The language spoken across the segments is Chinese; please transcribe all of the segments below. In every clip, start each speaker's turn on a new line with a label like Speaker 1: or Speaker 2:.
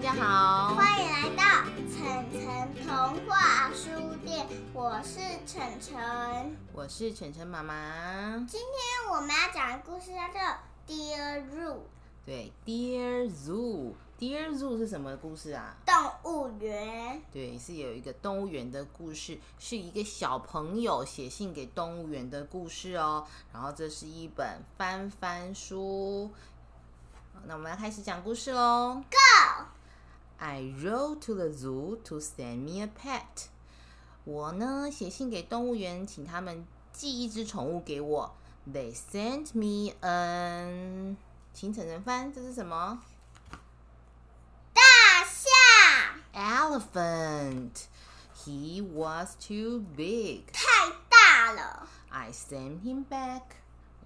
Speaker 1: 家好，
Speaker 2: 欢迎来到晨晨童话书店，我是晨晨。
Speaker 1: 我是晨晨妈妈。
Speaker 2: 今天我们要讲的故事叫做《Dear Zoo
Speaker 1: 对，Dear Zoo，Dear Zoo 是什么故事啊？
Speaker 2: 动物园》。
Speaker 1: 对，是有一个动物园的故事，是一个小朋友写信给动物园的故事哦。然后这是一本翻翻书。好那我们来开始讲故事喽。
Speaker 2: Go，
Speaker 1: I rode to the zoo to send me a pet。我呢写信给动物园，请他们寄一只宠物给我。They sent me an，请晨晨翻，这是什么
Speaker 2: 大象
Speaker 1: ？Elephant。He was too big.
Speaker 2: 太大了，
Speaker 1: I sent him back.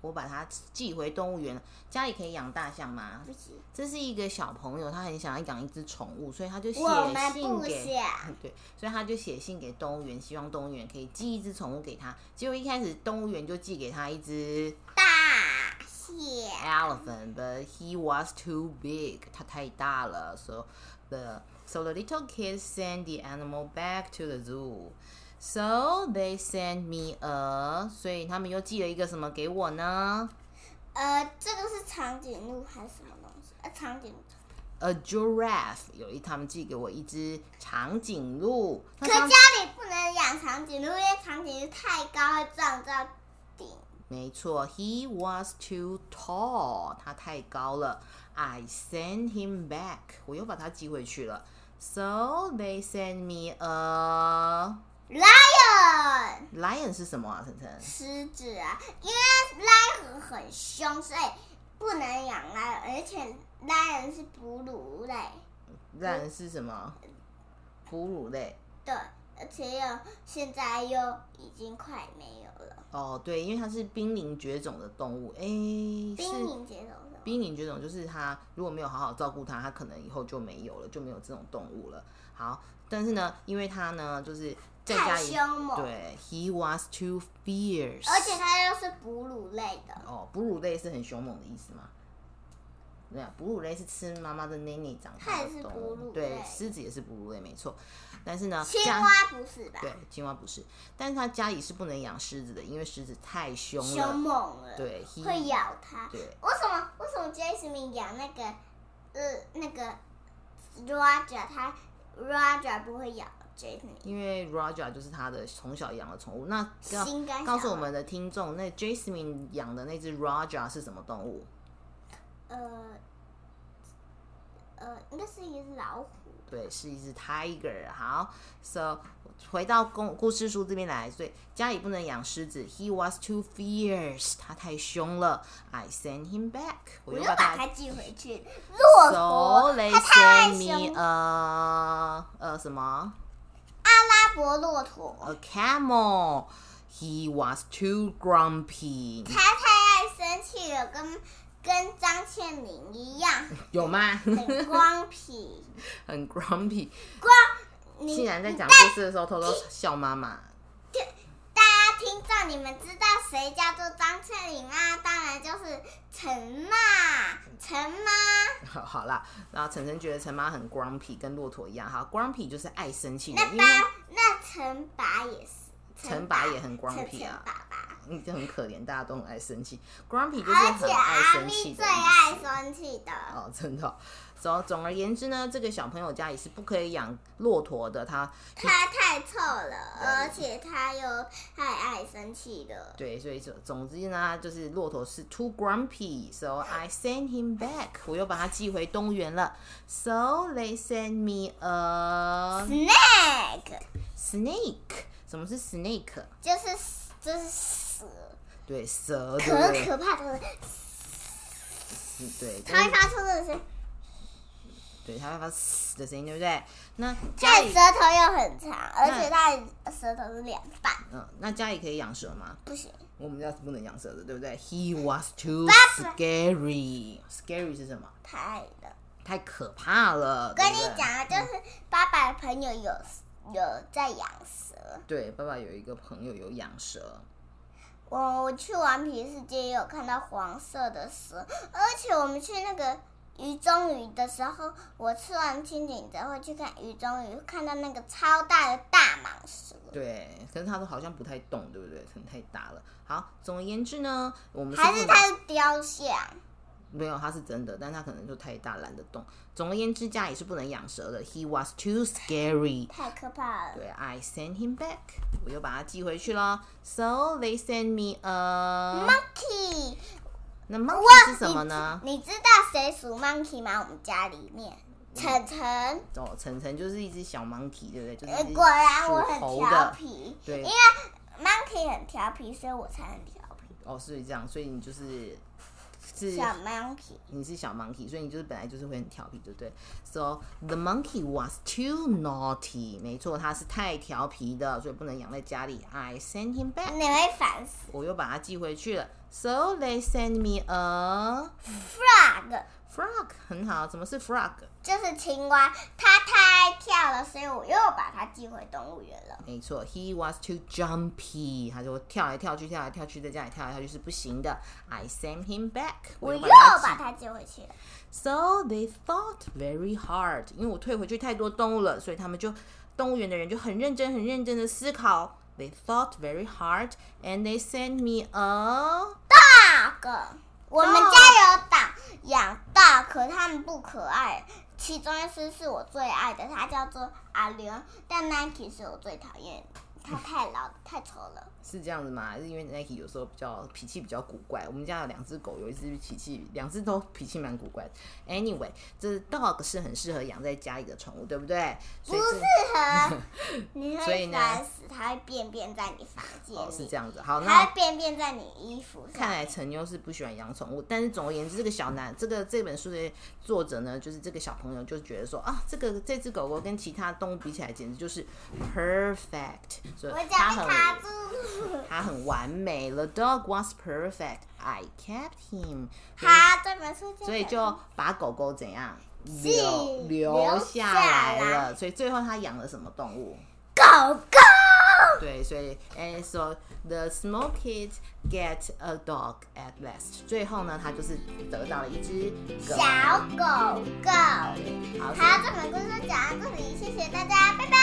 Speaker 1: 我把它寄回动物园了。家里可以养大象吗？
Speaker 2: 不行，
Speaker 1: 这是一个小朋友，他很想要养一只宠物，所以他就写
Speaker 2: 我们
Speaker 1: 信
Speaker 2: 不
Speaker 1: 给
Speaker 2: 写。
Speaker 1: 对，所以他就写信给动物园，希望动物园可以寄一只宠物给他。结果一开始动物园就寄给他一只
Speaker 2: 大象
Speaker 1: elephant，but he was too big，它太大了，so the so the little kid sent the animal back to the zoo。So they sent me a，所以他们又寄了一个什么给我呢
Speaker 2: 呃，这个是长颈鹿还是什么东西？呃，长颈鹿。
Speaker 1: ？A giraffe，有一他们寄给我一只长颈鹿。那
Speaker 2: 可
Speaker 1: 长
Speaker 2: 家里不能养长颈鹿，因为长颈鹿太高会撞到顶。
Speaker 1: 没错，He was too tall，他太高了。I sent him back，我又把他寄回去了。So they sent me a
Speaker 2: Lion。
Speaker 1: lion 是什么啊？晨晨，
Speaker 2: 狮子啊，因为 lion 很凶，所以不能养 lion，而且 lion 是哺乳类，
Speaker 1: lion 是什么？哺乳类。
Speaker 2: 对，而且又现在又已经快没有了，
Speaker 1: 哦，对，因为它是濒临绝种的动物。诶，
Speaker 2: 濒
Speaker 1: 是
Speaker 2: 临绝种的。
Speaker 1: 濒临绝种，就是它如果没有好好照顾它，它可能以后就没有了，就没有这种动物了。好，但是呢，因为它呢，就是在家
Speaker 2: 太
Speaker 1: 里，
Speaker 2: 凶猛，
Speaker 1: 对，He was too fierce，
Speaker 2: 哦而且它又是哺乳类的，
Speaker 1: 哦，哺乳类是很凶猛的意思吗？对啊，哺乳类是吃妈妈的奶奶长大
Speaker 2: 它
Speaker 1: 的
Speaker 2: 也是
Speaker 1: 动
Speaker 2: 哺
Speaker 1: 物，
Speaker 2: 乳
Speaker 1: 对，
Speaker 2: 类
Speaker 1: 狮子也是哺乳类，没错。但是呢，
Speaker 2: 青
Speaker 1: 家
Speaker 2: 蛙不是吧？
Speaker 1: 啊对青蛙不是，但是他家里是不能养狮子的，因为狮子太凶了，
Speaker 2: 凶猛了，
Speaker 1: 对，he-
Speaker 2: 会咬它。
Speaker 1: 对
Speaker 2: 为什么为什么 Jasmine 养那个呃那个 Roger，它 Roger 不会咬 Jasmine？
Speaker 1: 因为 Roger 就是他的从小养的宠物。那
Speaker 2: 心肝小
Speaker 1: 告诉我们的听众，那 Jasmine 养的那只 Roger 是什么动物？
Speaker 2: 呃，呃，应该是一只老虎。
Speaker 1: 对，是一只 tiger。好，so 回到故故事书这边来，所以家里不能养狮子。He was too fierce，他太凶了。I sent him back，我
Speaker 2: 我
Speaker 1: 又
Speaker 2: 就
Speaker 1: 把
Speaker 2: 把
Speaker 1: 他
Speaker 2: 它。寄回去。骆
Speaker 1: So
Speaker 2: 驼，
Speaker 1: they
Speaker 2: 它太
Speaker 1: sent
Speaker 2: 凶
Speaker 1: me，a 呃什么
Speaker 2: 阿拉伯骆驼，
Speaker 1: ？A camel。He was too grumpy。
Speaker 2: 它太爱生气了，跟跟张倩玲一样，
Speaker 1: 有吗？
Speaker 2: 很光皮。
Speaker 1: 很 grumpy。
Speaker 2: 光，
Speaker 1: 竟
Speaker 2: 你
Speaker 1: 然在讲
Speaker 2: 大
Speaker 1: 故事的时候偷偷笑妈妈。
Speaker 2: 大家听众，你们知道谁叫做张倩玲吗？当然就是陈啦，陈妈。
Speaker 1: 好 好啦，然后晨晨觉得陈妈很 grumpy，跟骆驼一样。好，grumpy 就是爱生气的
Speaker 2: 那，
Speaker 1: 因为
Speaker 2: 爸，那陈爸也是，
Speaker 1: 陈
Speaker 2: 爸
Speaker 1: 爸也很光皮啊
Speaker 2: 陈爸爸。
Speaker 1: 你就很可怜，大家都很爱生气。grumpy 就是
Speaker 2: 而且
Speaker 1: 很爱
Speaker 2: 阿
Speaker 1: 生气的意
Speaker 2: 咪最
Speaker 1: 思。
Speaker 2: 爱生气的，
Speaker 1: 哦，真的哦、总总而言之呢，这个小朋友家里是不可以养骆驼的。他
Speaker 2: 他太臭了，而且他又太爱生气了。
Speaker 1: 对，所以总总之呢，就是骆驼是 too grumpy，so I sent him back，我又把它寄回动物园了。So they sent me a
Speaker 2: Snake
Speaker 1: snake。什么是 snake？
Speaker 2: 就是就是蛇，
Speaker 1: 对，蛇，对
Speaker 2: 可
Speaker 1: 不对？
Speaker 2: 可怕的，
Speaker 1: 对，
Speaker 2: 它会发出这种声音，
Speaker 1: 对，它会发嘶的声音，对不对？那
Speaker 2: 它
Speaker 1: 家
Speaker 2: 的
Speaker 1: 里，
Speaker 2: 舌头又很长，而且它的舌头是两半，
Speaker 1: 嗯，那家里可以养蛇吗？
Speaker 2: 不行。
Speaker 1: 我们家是不能养蛇的，对不对？He was too
Speaker 2: 爸
Speaker 1: scary. Scary 是什么？
Speaker 2: 太了，
Speaker 1: 太可怕了。
Speaker 2: 跟
Speaker 1: 对
Speaker 2: 你
Speaker 1: 不对
Speaker 2: 讲，啊，就是爸爸的朋友有有在养蛇，
Speaker 1: 对，爸爸有一个朋友有养蛇，
Speaker 2: 我我去顽皮世界也有看到黄色的蛇，而且我们去那个鱼中鱼的时候，我吃完青井泽会去看鱼中鱼，看到那个超大的大蟒蛇。
Speaker 1: 对，可是它都好像不太动，对不对？可能太大了。好，总而言之呢，我们
Speaker 2: 还
Speaker 1: 不
Speaker 2: 是它是雕像，
Speaker 1: 没有，它是真的，但它可能就太大，懒得动。总而言之，家里是不能养蛇的。He was too scary.
Speaker 2: 太可怕了。
Speaker 1: 对，I sent him back，我又把它寄回去了。So they sent me a
Speaker 2: Monkey，
Speaker 1: 那 monkey 是什么呢？
Speaker 2: 你知道谁属 monkey 吗？我们家里面，晨晨。
Speaker 1: 哦，晨晨就是一只小 monkey，对不对？就是
Speaker 2: 呃
Speaker 1: 一只
Speaker 2: 果然我很
Speaker 1: 嗯属猴
Speaker 2: 调
Speaker 1: 的。
Speaker 2: 皮，
Speaker 1: 对
Speaker 2: 因为 monkey 很调皮，所以我才很调皮。
Speaker 1: 哦，所以这样，所以你就是是
Speaker 2: 小 monkey，
Speaker 1: 你是小 monkey，所以你就是本来就是会很调皮，对不对？So the monkey was too naughty，没错，它是太调皮的，所以不能养在家里。I sent him back，
Speaker 2: 你会烦死。
Speaker 1: 我又把它寄回去了。So they sent me a
Speaker 2: Frog
Speaker 1: frog，很好，怎么是 frog？
Speaker 2: 就是青蛙，它太爱跳了，所以我又把它寄回动物园了。
Speaker 1: 没错，He was too jumpy，他就跳来跳去，跳来跳去，在家里跳来跳去是不行的。I sent him back，
Speaker 2: 我
Speaker 1: 又
Speaker 2: 又
Speaker 1: 把它寄
Speaker 2: 把它寄回去了。
Speaker 1: So they thought very hard，因为我退回去太多动物了，所以他们就动物园的人就很认真、很认真的思考。They thought very hard and they sent me a。
Speaker 2: 大个，我们家有党养大可，它们不可爱。其中一只是我最爱的，它叫做阿玲，但 Nike 是我最讨厌的，它太老太丑了。
Speaker 1: 是这样子吗？还是因为 Nike 有时候比较脾气比较古怪？我们家有两只狗，有一只脾气，两只都脾气蛮古怪的。Anyway，这 dog 是很适合养在家里的宠物，对不对？所以这
Speaker 2: 适合， 你
Speaker 1: 所以
Speaker 2: 会
Speaker 1: 呢
Speaker 2: 烦死，它会便便在你房间
Speaker 1: 哦，是
Speaker 2: 里，
Speaker 1: 这样子。好，那
Speaker 2: 它会便便在你衣服
Speaker 1: 看
Speaker 2: 上。
Speaker 1: 来陈优是不喜欢养宠物，但是总而言之，这个小男这个这本书的作者呢，就是这个小朋友就觉得说啊，这个这只狗狗跟其他动物比起来，简直就是 perfect，所以
Speaker 2: 我脚
Speaker 1: 它
Speaker 2: 被卡
Speaker 1: 很
Speaker 2: 住，
Speaker 1: 它很完美。The dog was perfect. I kept him. 所以
Speaker 2: 它这本书
Speaker 1: 所以就把狗狗怎样留
Speaker 2: 是
Speaker 1: 留
Speaker 2: 留
Speaker 1: 下
Speaker 2: 下
Speaker 1: 来
Speaker 2: 来
Speaker 1: 了。所以最后他养了什么动物？
Speaker 2: 狗狗。
Speaker 1: 对，所以 and so the small kids get a dog at last。最后呢，他就是得到了一只狗。
Speaker 2: 小狗狗。
Speaker 1: 好，所以
Speaker 2: 好，这本故事就讲到这里，谢谢大家，拜拜。